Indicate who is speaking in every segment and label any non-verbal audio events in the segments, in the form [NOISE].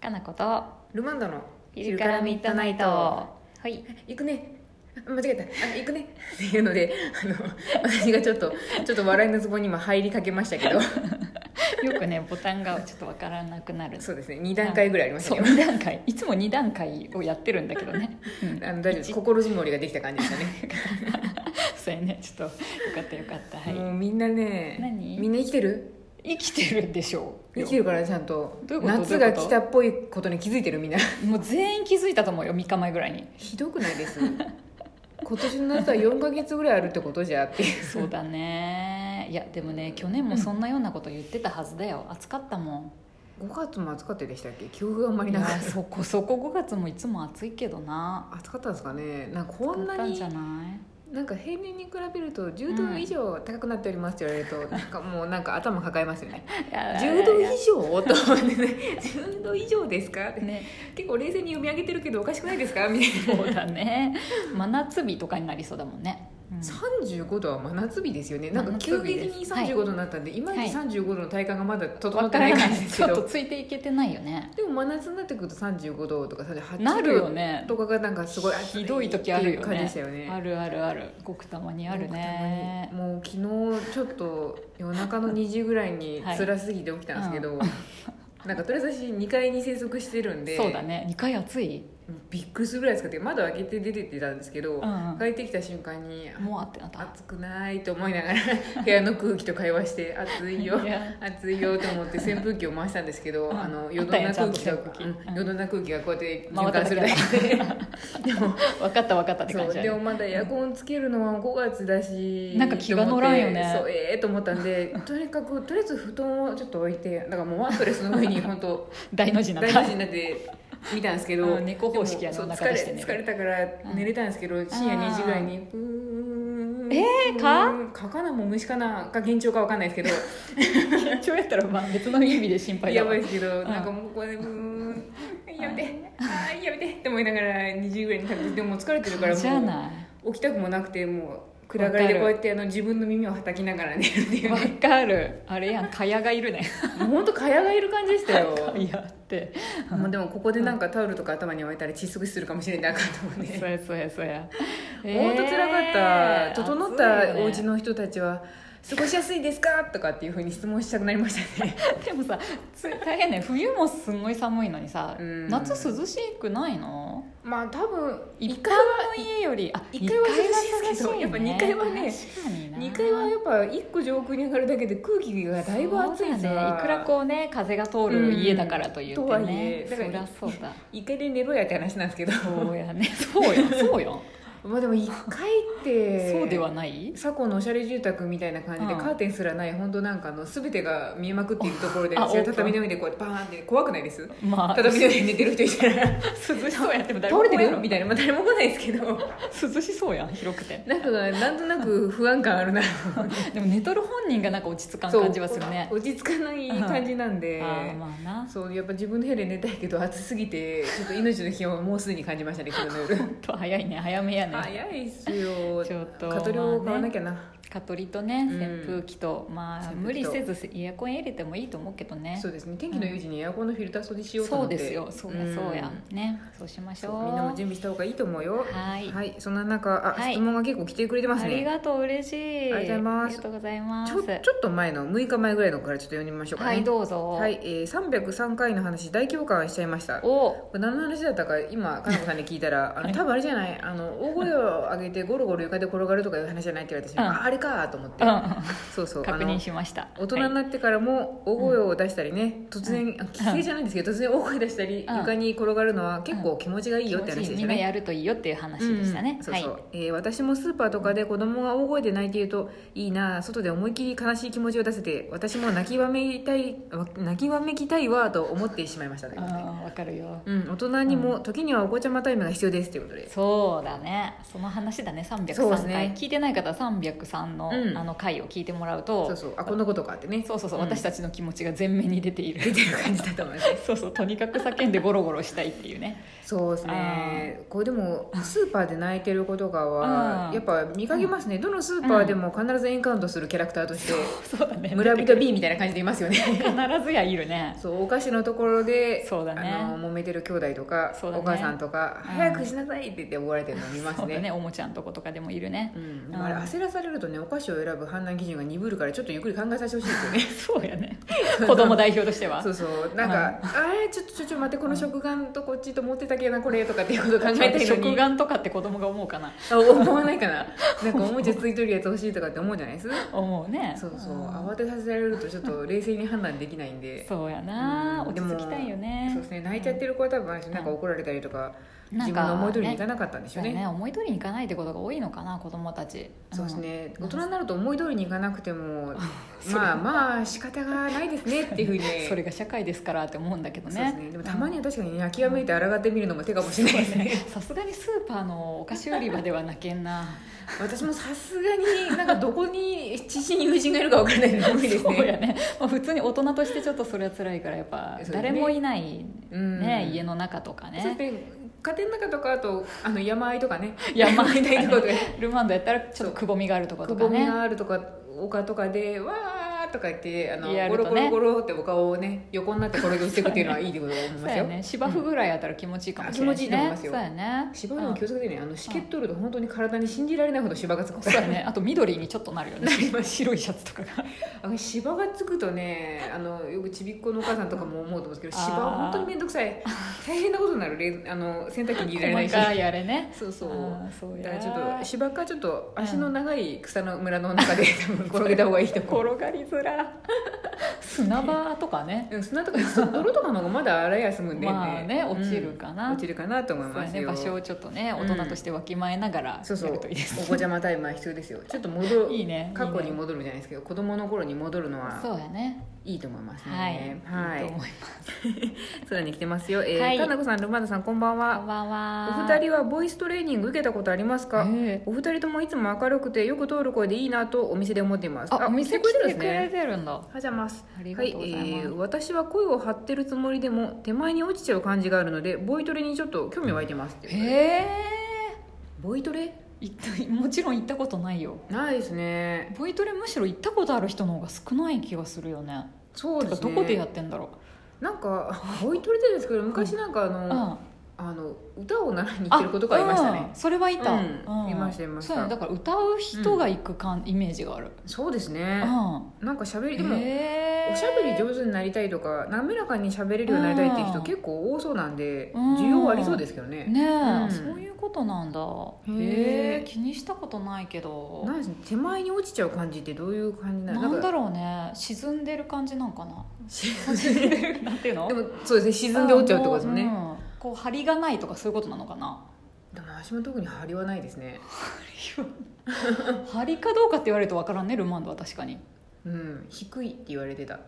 Speaker 1: かなこと
Speaker 2: ルマンドの
Speaker 1: 昼からミッドナイトはい
Speaker 2: 行くねあ間違えたあ行くねっていうのであの私がちょっとちょっと笑いのツボに今入りかけましたけ
Speaker 1: [LAUGHS]
Speaker 2: ど
Speaker 1: よくねボタンがちょっとわからなくなる
Speaker 2: そうですね2段階ぐらいありました
Speaker 1: そう
Speaker 2: けど
Speaker 1: 2段階いつも2段階をやってるんだけどね、うん、
Speaker 2: あの大丈夫です心づもりができた感じでしたね、
Speaker 1: そうやねちょっとよかったよかったはい、
Speaker 2: もうみんなね
Speaker 1: 何
Speaker 2: みんな生きてる
Speaker 1: 生きてるでしょう
Speaker 2: 生きてるからちゃんと
Speaker 1: どういうこと
Speaker 2: 夏が来たっぽいことに気づいてるみんな
Speaker 1: もう全員気づいたと思うよ3日前ぐらいに
Speaker 2: ひどくないです今年の夏は4か月ぐらいあるってことじゃっていう
Speaker 1: そうだねい [LAUGHS] やでもね去年もそんなようなこと言ってたはずだよ暑かったもん
Speaker 2: 5月も暑かったでしたっけ記憶があんまり
Speaker 1: い
Speaker 2: なかっ
Speaker 1: やそこそこ5月もいつも暑いけどな
Speaker 2: た暑かったんですかねなんかこん
Speaker 1: 暑かっ
Speaker 2: な
Speaker 1: たん
Speaker 2: に
Speaker 1: じゃない
Speaker 2: なんか平年に比べると10度以上高くなっておりますって言われると、なんかもうなんか頭抱えますよ
Speaker 1: [LAUGHS]
Speaker 2: ね10度以上と思ってね10度以上ですかって
Speaker 1: ね
Speaker 2: 結構冷静に読み上げてるけどおかしくないですかみたい
Speaker 1: そうだね真夏日とかになりそうだもんね、うん
Speaker 2: な35度は真夏日ですよねなんか
Speaker 1: 真
Speaker 2: 急
Speaker 1: 夏日
Speaker 2: 激
Speaker 1: です
Speaker 2: に35度になったんで、い、まいち35度の体感がまだ整
Speaker 1: わ
Speaker 2: って
Speaker 1: か
Speaker 2: ない
Speaker 1: ら
Speaker 2: 感
Speaker 1: な
Speaker 2: じ
Speaker 1: い
Speaker 2: です
Speaker 1: [LAUGHS] ち
Speaker 2: け
Speaker 1: ょっ
Speaker 2: ど
Speaker 1: とついていけてないよね
Speaker 2: でも真夏になってくると35度とか38度
Speaker 1: なるよね
Speaker 2: とかがなんかすごい暑
Speaker 1: ひどい時あるよね
Speaker 2: っていう感じでしたよね
Speaker 1: あるあるあるごくたまにあるね
Speaker 2: もう昨日ちょっと夜中の2時ぐらい
Speaker 1: [LAUGHS]
Speaker 2: に
Speaker 1: はい
Speaker 2: 辛すぎて起きたんですけど、 [LAUGHS] なんかとりあえず私2階に生息してるんで
Speaker 1: そうだね2回暑い、
Speaker 2: びっくりするぐらいですかって窓開けて出てってたんですけど、
Speaker 1: うんうん
Speaker 2: 帰ってきた瞬間に
Speaker 1: もうあってなった
Speaker 2: 暑くないと思いなが
Speaker 1: [LAUGHS]
Speaker 2: ら部屋の空気と会話して暑いよ
Speaker 1: いや
Speaker 2: 暑いよと思って扇風機を回したんですけど、
Speaker 1: うん
Speaker 2: あの余分な
Speaker 1: あっ
Speaker 2: 空気が
Speaker 1: たよちゃんと扇風機
Speaker 2: う
Speaker 1: うんん
Speaker 2: 余分な空気がこうやって
Speaker 1: 回
Speaker 2: 循
Speaker 1: った
Speaker 2: 環
Speaker 1: だ
Speaker 2: す
Speaker 1: け
Speaker 2: る
Speaker 1: だ
Speaker 2: だけででも
Speaker 1: 分かった分かったって
Speaker 2: そ
Speaker 1: 感
Speaker 2: う
Speaker 1: じだ
Speaker 2: でも
Speaker 1: ね
Speaker 2: まだエアコンつけるのは5月だし
Speaker 1: なんか気が乗らんよね
Speaker 2: と思ってそうええと思ったんで
Speaker 1: [LAUGHS]
Speaker 2: とにかくとりあえず布団をちょっと置いてだからもうマットレス
Speaker 1: [LAUGHS]
Speaker 2: の上に本当
Speaker 1: 大の字な
Speaker 2: 大
Speaker 1: ん
Speaker 2: の
Speaker 1: だ
Speaker 2: 字になって見たんですけど
Speaker 1: うん猫方式やね
Speaker 2: でも
Speaker 1: お
Speaker 2: そう疲
Speaker 1: 腹出して
Speaker 2: れ
Speaker 1: 寝る
Speaker 2: 疲れたから寝れたんですけど、深夜2時ぐらいにブーン
Speaker 1: えー蚊
Speaker 2: 蚊かなもう虫かなか幻聴かわかんないで
Speaker 1: [LAUGHS]
Speaker 2: すけ
Speaker 1: 緊張やったらまあ別の意味で心
Speaker 2: ど
Speaker 1: 配だ
Speaker 2: や
Speaker 1: わ
Speaker 2: ばいですけど、
Speaker 1: ん
Speaker 2: なんかもうこれブーンやめてあーやめてって思いながら2時ぐらいに食べてでももう疲れてるからもう
Speaker 1: じゃない
Speaker 2: 起きたくもなくてもう暗がりでこうやってあの自分の耳をはたきながら寝るっていう
Speaker 1: わ
Speaker 2: ね
Speaker 1: かるあれやん蚊帳がいるね
Speaker 2: もうほんと蚊帳がいる感じでした [LAUGHS] よ
Speaker 1: 蚊帳って
Speaker 2: もうでもここでなんかタオルとか頭に置いたら窒息するかもしれないなと思う
Speaker 1: そ
Speaker 2: ね
Speaker 1: やそうやそうや
Speaker 2: [LAUGHS] ほんとつらかった整ったお家
Speaker 1: の
Speaker 2: の人たちは「過ごしやすいですか?」とかっていうふうに質問したくなりましたね
Speaker 1: でもさつ大変ね冬もすんごい寒いのにさ
Speaker 2: うん
Speaker 1: 夏涼しくないの
Speaker 2: [LAUGHS] まあ多分
Speaker 1: 一
Speaker 2: 1
Speaker 1: 般
Speaker 2: 階は
Speaker 1: の家よりあ
Speaker 2: 一階は涼しいですけ
Speaker 1: 一階は涼しい
Speaker 2: ど
Speaker 1: ね
Speaker 2: やっぱ二階はね
Speaker 1: 確かにな
Speaker 2: 2階はやっぱ1個上空に上がるだけで空気がだいぶ暑い
Speaker 1: そうだねいくらこうね風が通る家だからといって
Speaker 2: うんとはいえ
Speaker 1: ね、そ
Speaker 2: だか
Speaker 1: り
Speaker 2: ら
Speaker 1: ゃそう
Speaker 2: [LAUGHS]
Speaker 1: だ
Speaker 2: 1階で寝ろやって話なんですけど
Speaker 1: そうやねそうやそうや、
Speaker 2: [LAUGHS] まあでも1階って
Speaker 1: そうではない
Speaker 2: 左近のおしゃれ住宅みたいな感じで、
Speaker 1: うん
Speaker 2: カーテンすらない本当なんかあの全てが見えまくっているところで
Speaker 1: あ
Speaker 2: 私は畳の上でこうやってバーンって怖くないです
Speaker 1: まあ
Speaker 2: 畳の上で寝てる人いたら
Speaker 1: 涼しそうやっても誰
Speaker 2: 倒
Speaker 1: も
Speaker 2: れて
Speaker 1: 来
Speaker 2: る
Speaker 1: ない
Speaker 2: よみたいな、まあ、誰も来ないですけど
Speaker 1: 涼しそうやん広くて
Speaker 2: なんかなんとなく不安感ある
Speaker 1: [LAUGHS]
Speaker 2: な
Speaker 1: でも寝とる本人がなんか落ち着かん感じはするね
Speaker 2: そう落ち着かない感じなん
Speaker 1: [LAUGHS]
Speaker 2: で、
Speaker 1: ああまあな
Speaker 2: そうやっぱ自分の部屋で寝たいけど暑すぎてちょっと命の危険をもうすでに感じましたね昨日の夜
Speaker 1: ちょっと早 [LAUGHS] いね早めやね
Speaker 2: 早いっすよ
Speaker 1: ちょっと
Speaker 2: 蚊取りを買わなきゃな、
Speaker 1: 蚊取りとね
Speaker 2: うん
Speaker 1: 扇風機と、まあ
Speaker 2: 扇風機と
Speaker 1: 無理せずエアコン入れてもいいと思うけどね
Speaker 2: そうですね天気の有事にエアコンのフィルター掃除しようと
Speaker 1: そ
Speaker 2: 思
Speaker 1: う
Speaker 2: って
Speaker 1: ですよそうや
Speaker 2: ん
Speaker 1: そうや、ねそうしまし
Speaker 2: そ
Speaker 1: ょ
Speaker 2: う
Speaker 1: う
Speaker 2: みんなも準備した方がいいと思うよ
Speaker 1: はい
Speaker 2: そんな中あ、
Speaker 1: はい
Speaker 2: 質問が結構来てくれてます
Speaker 1: あり
Speaker 2: ね
Speaker 1: がとう嬉しい
Speaker 2: ありがとうございま
Speaker 1: あ
Speaker 2: す
Speaker 1: りがとうございま
Speaker 2: ち
Speaker 1: す
Speaker 2: ょちょっと前の6日前ぐらいのからちょっと読んでみましょうかね
Speaker 1: はいどうぞ、
Speaker 2: はいえー、303回の話大共感しちゃい
Speaker 1: [LAUGHS]
Speaker 2: ましたこ
Speaker 1: お
Speaker 2: れ何の話だったか今かなこさんに聞い
Speaker 1: [LAUGHS]
Speaker 2: たらあの多分あれじゃないあの大声を上げてゴロゴロ床で転がるとかいう話じゃないって言われて、
Speaker 1: うん
Speaker 2: ああれかと思って、
Speaker 1: うん
Speaker 2: そうそう
Speaker 1: 確
Speaker 2: あの
Speaker 1: 認しました
Speaker 2: 大人に
Speaker 1: はい
Speaker 2: なってからも大声を出したりね、突然あ規制じゃないんですけど突然大声出したり、
Speaker 1: うん
Speaker 2: 床に転がるのは結構気持ちがいいよって話で
Speaker 1: 気持ちいいみ
Speaker 2: した
Speaker 1: んな
Speaker 2: ね
Speaker 1: やるといいよっていう話でしたね、
Speaker 2: うんそうそう、
Speaker 1: はい
Speaker 2: えー私もスーパーとかで子供が大声で泣いているといいなあ外で思いっきり悲しい気持ちを出せて私も泣きわめきたいわ泣きわめきたいわと思ってしまいましたね、
Speaker 1: あーわかるよ
Speaker 2: うん、大人にも時にはお子ちゃまタイムが必要ですということで
Speaker 1: そうだねその話だね
Speaker 2: そうです
Speaker 1: 303
Speaker 2: ね
Speaker 1: 回、聞いてない方は303んの、
Speaker 2: うん
Speaker 1: あの回を聞いてもらう
Speaker 2: そ
Speaker 1: と
Speaker 2: うそうあこんなことがあってね
Speaker 1: そうそうそう、
Speaker 2: うん
Speaker 1: 私たちの気持ちが前面に出ている
Speaker 2: [LAUGHS] 出てる感じだと思います
Speaker 1: そうそうとにかく叫んでゴロゴロしたいっていうね
Speaker 2: そうですねこれでもスーパーで泣いてる子とか
Speaker 1: う
Speaker 2: は
Speaker 1: ん
Speaker 2: やっぱ見かけますねどのスーパーでも必ずエンカウントするキャラクターとして
Speaker 1: そうだね
Speaker 2: 村
Speaker 1: 出て
Speaker 2: 人 B みたいな感じでいますよね
Speaker 1: くる必ずやいるね
Speaker 2: そうお菓子のところで
Speaker 1: そうだね
Speaker 2: あの揉めてる兄弟とか、
Speaker 1: そうだね
Speaker 2: お母さんとか
Speaker 1: うん
Speaker 2: 早くしなさいって言って怒られてるの見ます
Speaker 1: そうだ
Speaker 2: ね
Speaker 1: ねおもちゃんとことかでもいるね
Speaker 2: う、ん、でもあれ焦らされるとねお菓子を選ぶ判断基準が鈍るからちょっとゆっくり考えさせてほしいです
Speaker 1: [LAUGHS] そ
Speaker 2: よね
Speaker 1: うやね子供代表としては
Speaker 2: そうそうなんか「あれちょっとちょっと待ってこの食玩とこっちと思ってたけどなこれ」とかっていうこと考えたいのに
Speaker 1: 食玩とかって子供が思うかな
Speaker 2: あ思わないかななんかおもちゃついとるやつ欲しいとかって思うじ
Speaker 1: [LAUGHS]
Speaker 2: ゃないですか
Speaker 1: 思うね
Speaker 2: そうそうん慌てさせられるとちょっと冷静に判断できないんで
Speaker 1: そうやな、
Speaker 2: うん
Speaker 1: 落ち着きたいよね
Speaker 2: そうですね泣いちゃってる子は多分あれですなんか怒られたりとか
Speaker 1: うんなん
Speaker 2: 自
Speaker 1: か
Speaker 2: 分の思い通りにいかなかったんでし
Speaker 1: そ
Speaker 2: ょ
Speaker 1: う
Speaker 2: う
Speaker 1: や
Speaker 2: ね
Speaker 1: ね思い通りにいかないってことが多いのかな子供たち
Speaker 2: そうですね、
Speaker 1: うん
Speaker 2: 大人になると思い通りにいかなくても
Speaker 1: [LAUGHS] そう
Speaker 2: まあまあ仕方がないですねっていうふうに、
Speaker 1: [LAUGHS] うんそれが社会ですからって思うんだけど
Speaker 2: そうです
Speaker 1: ね
Speaker 2: ねでもたまには確かに泣きやめいて抗ってみるのも手かもしれないですね
Speaker 1: [LAUGHS] さすがにスーパーのお菓子売り場では泣けんな
Speaker 2: [LAUGHS] 私もさすがになんかどこに知人友人がいるか分からないのが多いで
Speaker 1: [LAUGHS] [LAUGHS]
Speaker 2: す
Speaker 1: そうや
Speaker 2: ね
Speaker 1: ね、まあ、普通に大人としてちょっとそれは辛いからやっぱ
Speaker 2: そうだね
Speaker 1: 誰もいない、
Speaker 2: うん
Speaker 1: ね家の中とか
Speaker 2: そし
Speaker 1: ね
Speaker 2: て家庭の中とかあとあの山あいとかね
Speaker 1: 山あいとかね
Speaker 2: あいとかで
Speaker 1: ルマンドやったらちょっとくぼみがあるとこと
Speaker 2: く
Speaker 1: か
Speaker 2: ぼみ
Speaker 1: ね
Speaker 2: があるとか丘とかでわーとか言ってあの、
Speaker 1: や
Speaker 2: ゴ
Speaker 1: る
Speaker 2: ロ
Speaker 1: と
Speaker 2: ゴ
Speaker 1: ね
Speaker 2: ロゴロってお顔をね横になって転げ落ちていくっていうのはいいってことだと思い
Speaker 1: そう
Speaker 2: ます
Speaker 1: や
Speaker 2: よ、
Speaker 1: ね芝生ぐらいやったら気持ちいいかもしれないし
Speaker 2: うん
Speaker 1: ね、
Speaker 2: あ気持ち
Speaker 1: そ
Speaker 2: いい
Speaker 1: う
Speaker 2: と思い
Speaker 1: やね
Speaker 2: 芝でも気をつけてね、あの湿気取ると本当に体に信じられないほど芝がつく
Speaker 1: そ
Speaker 2: か
Speaker 1: う
Speaker 2: ら、
Speaker 1: だね、あと緑にちょっ [LAUGHS] となるよね白いシャツとかが
Speaker 2: [LAUGHS] あの芝がつくとねあのよくちびっこのお母さんとかも思うと思うんですけど
Speaker 1: あー
Speaker 2: 芝は本当に面倒く
Speaker 1: [LAUGHS]
Speaker 2: さい大変なことになるれあの洗濯機に入れられ
Speaker 1: 細
Speaker 2: な
Speaker 1: か
Speaker 2: いし
Speaker 1: いあれね
Speaker 2: そうそう
Speaker 1: あーそう
Speaker 2: だ
Speaker 1: や
Speaker 2: からちょっと芝かちょっと足の長い草の村
Speaker 1: [LAUGHS]
Speaker 2: の中で多分転げた方がいいと思う、
Speaker 1: 転がりづら [LAUGHS] 砂場とかね
Speaker 2: うん、砂とかそう泥とかの方がまだ洗いやすむんで、
Speaker 1: まあね落ちるかな
Speaker 2: うん落ちるかなと思い
Speaker 1: そう
Speaker 2: ま
Speaker 1: や
Speaker 2: す
Speaker 1: ね
Speaker 2: よ
Speaker 1: 場所をちょっとね大人としてわきまえながら
Speaker 2: そうそ
Speaker 1: や
Speaker 2: う
Speaker 1: るといいです、
Speaker 2: お子ちゃまタイマー必要ですよちょっと戻る
Speaker 1: いいね
Speaker 2: 過去
Speaker 1: いい
Speaker 2: に
Speaker 1: ね
Speaker 2: 戻るじゃないですけど子供の頃に戻るのは
Speaker 1: そうやね
Speaker 2: いいと思います
Speaker 1: はい、
Speaker 2: ね。
Speaker 1: い
Speaker 2: は
Speaker 1: と
Speaker 2: い。
Speaker 1: 思います
Speaker 2: さらに来てますよ。え
Speaker 1: は
Speaker 2: ー、
Speaker 1: い
Speaker 2: かなこさん、ルマンダさん、こんばん
Speaker 1: こん
Speaker 2: は。
Speaker 1: ばん
Speaker 2: お
Speaker 1: は
Speaker 2: 二人はボイストレーニング受けたことありますか
Speaker 1: ええ
Speaker 2: お二人ともいつも明るくてよく通る声でいいなとお店で思っています。
Speaker 1: あお店来
Speaker 2: 来てるん
Speaker 1: て
Speaker 2: です
Speaker 1: くれ
Speaker 2: ね。
Speaker 1: てるんだ
Speaker 2: おはようございます。
Speaker 1: ありが
Speaker 2: は
Speaker 1: とう
Speaker 2: い、え
Speaker 1: ございます、
Speaker 2: ー、私は声を張ってるつもりでも手前に落ちちゃう感じがあるのでボイトレにちょっと興味湧いてますっていうことで
Speaker 1: へえ
Speaker 2: ボイトレ
Speaker 1: 行ったもちろん行ったことないよ
Speaker 2: ないですね
Speaker 1: ボイトレむしろ行ったことある人の方が少ない気がするよね
Speaker 2: そう
Speaker 1: て
Speaker 2: で
Speaker 1: か
Speaker 2: す
Speaker 1: ど
Speaker 2: ね
Speaker 1: こでやってんだろ
Speaker 2: なんかボイトレでですけど昔なんかあの、
Speaker 1: う、うん
Speaker 2: あの歌を習いに行ってることがいましたね
Speaker 1: うんそれはいた、
Speaker 2: うんいましたいました
Speaker 1: そうやねだから歌う人が行くかん、イメージがある、
Speaker 2: そうです
Speaker 1: う
Speaker 2: ね
Speaker 1: ん、
Speaker 2: なんか喋りでも、
Speaker 1: へー
Speaker 2: おしゃべり上手になりたいとか滑らかに喋れるようになりたいっていう
Speaker 1: う
Speaker 2: 人
Speaker 1: ん
Speaker 2: 結構多そうなんで
Speaker 1: うん
Speaker 2: 需要ありそうですけどね
Speaker 1: ねえ、
Speaker 2: うん
Speaker 1: そういうことなんだ
Speaker 2: へー
Speaker 1: へえ気にしたことないけど
Speaker 2: なんか手前に落ちちゃう感じってどういう感じなの
Speaker 1: なんだ
Speaker 2: ろ
Speaker 1: ろうね沈んでる感じなんかな
Speaker 2: う
Speaker 1: 沈んで
Speaker 2: [LAUGHS]
Speaker 1: るなんていうの
Speaker 2: でもそうですね沈んで落ちちゃうってことですもんね、
Speaker 1: あもううんこう張りがないとかそういうことなのかな [LAUGHS]
Speaker 2: でも私も特に張りはないですね
Speaker 1: 張りかどうかって言われるとわからんねルマンドは確かに
Speaker 2: うん低いって言われてた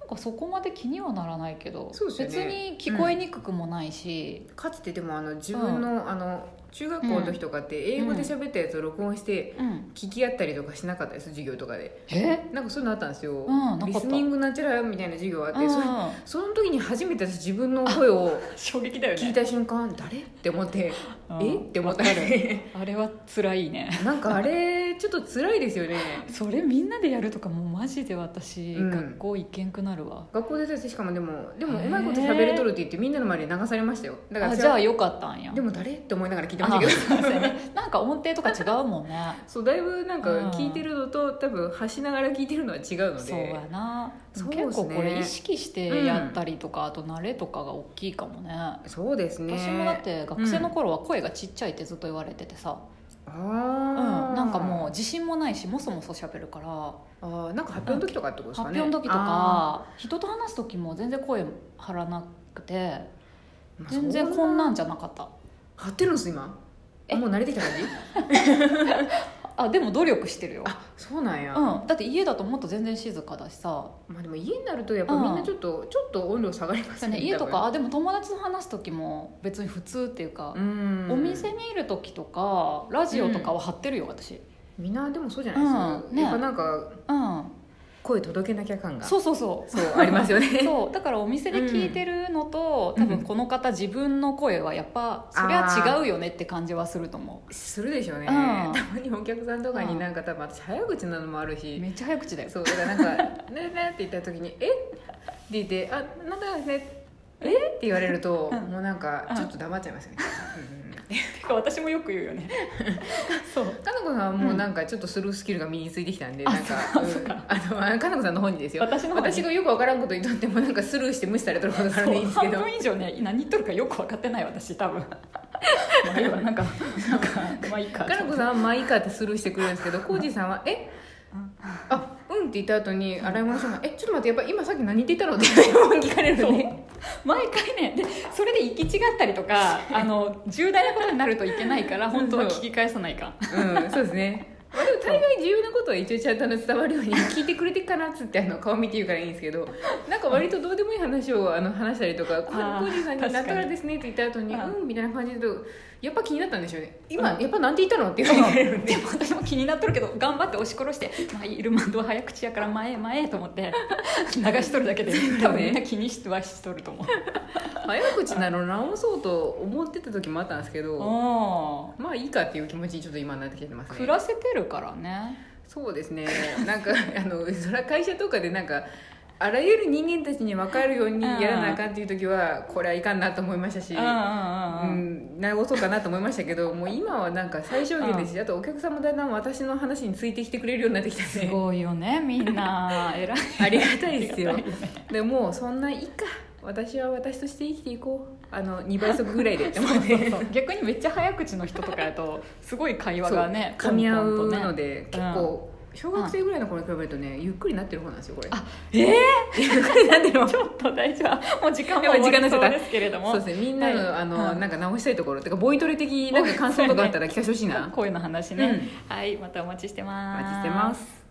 Speaker 1: なんかそこまで気にはならないけど、
Speaker 2: そうです
Speaker 1: 別
Speaker 2: よね
Speaker 1: に聞こえにくくもないし、
Speaker 2: かつてでもあの自分の,、あの中学校の時とかって英語で喋ったやつを録音して
Speaker 1: うん
Speaker 2: 聞き合ったりとかしなかったです授業とかで
Speaker 1: え
Speaker 2: なんかそういうのあったんですよ、
Speaker 1: んなかった
Speaker 2: リスニングナチュラルみたいな授業があって、
Speaker 1: うん
Speaker 2: それその時に初めて私自分の声を
Speaker 1: 衝撃だよ
Speaker 2: 聞い
Speaker 1: ね
Speaker 2: た瞬間誰って思って
Speaker 1: うん
Speaker 2: えって思った
Speaker 1: わかるあれは辛いね
Speaker 2: [LAUGHS] なんかあれちょっと辛いですよね
Speaker 1: それみんなでやるとかもうマジで私、
Speaker 2: うん
Speaker 1: 学校行けんくなるわ
Speaker 2: 学校で先生しかもでもでも
Speaker 1: へー
Speaker 2: うまいこと喋れとるって言ってみんなの周りに流されましたよだから
Speaker 1: あ
Speaker 2: 私
Speaker 1: じゃ
Speaker 2: は
Speaker 1: あよかったんや
Speaker 2: でも誰って思いながら聞いてましたけど
Speaker 1: あそうですねなんか音程とか違うもん
Speaker 2: [LAUGHS]
Speaker 1: ね
Speaker 2: そうだいぶなんか
Speaker 1: うん
Speaker 2: 聞いてるのと多分発しながら聞いてるのは違うの
Speaker 1: そう
Speaker 2: で
Speaker 1: やな
Speaker 2: そうですね
Speaker 1: 結構これ意識してやったりとか、あと慣れとかが大きいかもね
Speaker 2: そうですね
Speaker 1: 私もだって学生の頃は声がちっちゃいってずっと言われててさ、
Speaker 2: あ
Speaker 1: うん
Speaker 2: ー
Speaker 1: なんかもう自信もないしもそもそ喋るから
Speaker 2: あーなんか発表の時とかってことです
Speaker 1: 発
Speaker 2: かね
Speaker 1: 表の時と
Speaker 2: あ
Speaker 1: か人と話す時も全然声張らなくて
Speaker 2: ーまあ
Speaker 1: 全然
Speaker 2: そ
Speaker 1: こんなんじゃなかった
Speaker 2: 張ってるんです今
Speaker 1: え
Speaker 2: もう慣れてきた感じ
Speaker 1: [LAUGHS] あでも努力してるよ、
Speaker 2: あそうなんや、
Speaker 1: うん、だって家だともっと全然静かだしさ、
Speaker 2: まあでも家になるとやっぱみんなちょっと、ちょっと音量下がります
Speaker 1: そう
Speaker 2: よ
Speaker 1: ね、
Speaker 2: ね
Speaker 1: 家と
Speaker 2: 多
Speaker 1: かあでも友達と話す時も別に普通っていうか
Speaker 2: 分、うん
Speaker 1: お店にいる時とかラジオとかは張ってるよ私
Speaker 2: みんなでもそうじゃないですか、
Speaker 1: うんね
Speaker 2: やっぱなんか
Speaker 1: うん
Speaker 2: 声届けなきゃ感が
Speaker 1: そうそうそう
Speaker 2: そうありますよね
Speaker 1: そうだからお店で聞いてるのと、
Speaker 2: うん
Speaker 1: 多分この方自分の声はやっぱそれは違うよねって感じはすると思
Speaker 2: するでしょうね、
Speaker 1: うん
Speaker 2: たまにお客さんとかになんか多分私早口なのもある
Speaker 1: う
Speaker 2: し
Speaker 1: めっちゃ早口だよ
Speaker 2: そうだからなんか「ねね」って言った時に「えって言って「あなんだね」えって言われると、
Speaker 1: うん
Speaker 2: もうなんか
Speaker 1: うん
Speaker 2: ちょっと黙っちゃいますよね、うん
Speaker 1: てか私もよく言うよね [LAUGHS] そう
Speaker 2: かなこさんはもうなんかちょっとスルースキルが身についてきたんで、
Speaker 1: あ
Speaker 2: なんか
Speaker 1: そうか
Speaker 2: うん
Speaker 1: そうか
Speaker 2: あのかなこさんの方にですよ
Speaker 1: 私の方に
Speaker 2: 私がよくわからんことにとってもなんかスルーして無視されてることがあ
Speaker 1: そ
Speaker 2: るんでいいうですけ
Speaker 1: 半
Speaker 2: ど
Speaker 1: 分以上ね何言っとるかよく分かってない私多分 [LAUGHS] まあいいわ [LAUGHS] なんかなんかまあいいか
Speaker 2: [LAUGHS] かなこさんは「まあいいか」ってスルーしてくれるんですけどコージーさんは「え
Speaker 1: うん
Speaker 2: あうん」って言った後に洗い物さんが「えちょっと待ってやっぱ今さっき何言ってたの?」って聞かれる
Speaker 1: そう
Speaker 2: ね
Speaker 1: 毎回ねでそれで行き違ったりと
Speaker 2: [LAUGHS]
Speaker 1: かあの重大なことになるといけないから本当は聞き返さない
Speaker 2: [LAUGHS]
Speaker 1: か
Speaker 2: うんそうですねまあでも大概重要なことは一応ちゃんとあの伝わるように聞いてくれてっかなっつってあの顔見て言うからいいんですけどなんか割とどうでもいい話をあの話したりとか「こ
Speaker 1: あー
Speaker 2: コージーさんになったらですね」って言った後に「
Speaker 1: 確かに
Speaker 2: うん」みたいな感じで言うとやっぱ気になったんでしょうね「今
Speaker 1: うん
Speaker 2: やっぱなんて言ったの?」って言
Speaker 1: [LAUGHS]
Speaker 2: われるん
Speaker 1: で
Speaker 2: で
Speaker 1: も私も気になっとるけど頑張って押し殺して「まあ、イルマンドは早口やから前へ前へ」と思
Speaker 2: [LAUGHS]
Speaker 1: って流しとるだけで多分みんな気にしてはしとると思う
Speaker 2: 早口なの直そうと思ってた時もあったんですけど
Speaker 1: お
Speaker 2: まあいいかっていう気持ちにちょっと今なってきてますね
Speaker 1: 暮らせてるからね
Speaker 2: そうですねなんか [LAUGHS] あのそら会社とかでなんかあらゆる人間たちに分かるようにやらなあかんっていう時はこれはいかんなと思いましたし、
Speaker 1: うんうんうん
Speaker 2: う
Speaker 1: うん
Speaker 2: ん、直そうかなと思いましたけどもう今はなんか最小限ですしあとお客さんもだんだん私の話についてきてくれるようになってきたん
Speaker 1: す
Speaker 2: で
Speaker 1: ごいよねみんな
Speaker 2: [LAUGHS]
Speaker 1: 偉い
Speaker 2: ありがたいですよ
Speaker 1: ありがたいね
Speaker 2: でもうそんないいか私は私として生きていこうあの2倍速ぐらいでって思 [LAUGHS] っ
Speaker 1: [LAUGHS]
Speaker 2: て
Speaker 1: そう逆にめっちゃ早口の人とかやとすごい会話がね
Speaker 2: そう噛み合う
Speaker 1: トントンと
Speaker 2: の
Speaker 1: ね
Speaker 2: で、結構小学生ぐらいの子に比べるとねゆっくりになってる方なんですよこれ
Speaker 1: あ [LAUGHS] ええ
Speaker 2: ゆっくりになってる方
Speaker 1: ちょっと大丈夫もう時間も終わ
Speaker 2: やば
Speaker 1: り
Speaker 2: い時間になっちゃ
Speaker 1: そ
Speaker 2: っ
Speaker 1: う
Speaker 2: た
Speaker 1: ですけれども
Speaker 2: そうですねみんなの,、
Speaker 1: はい
Speaker 2: あの
Speaker 1: うん
Speaker 2: なんか直したいところてかボイトレ的なんか感想とかあったら聞かせてほしいな
Speaker 1: 声の話ね、はいまたお待ちして
Speaker 2: お
Speaker 1: ます
Speaker 2: 待ちしてます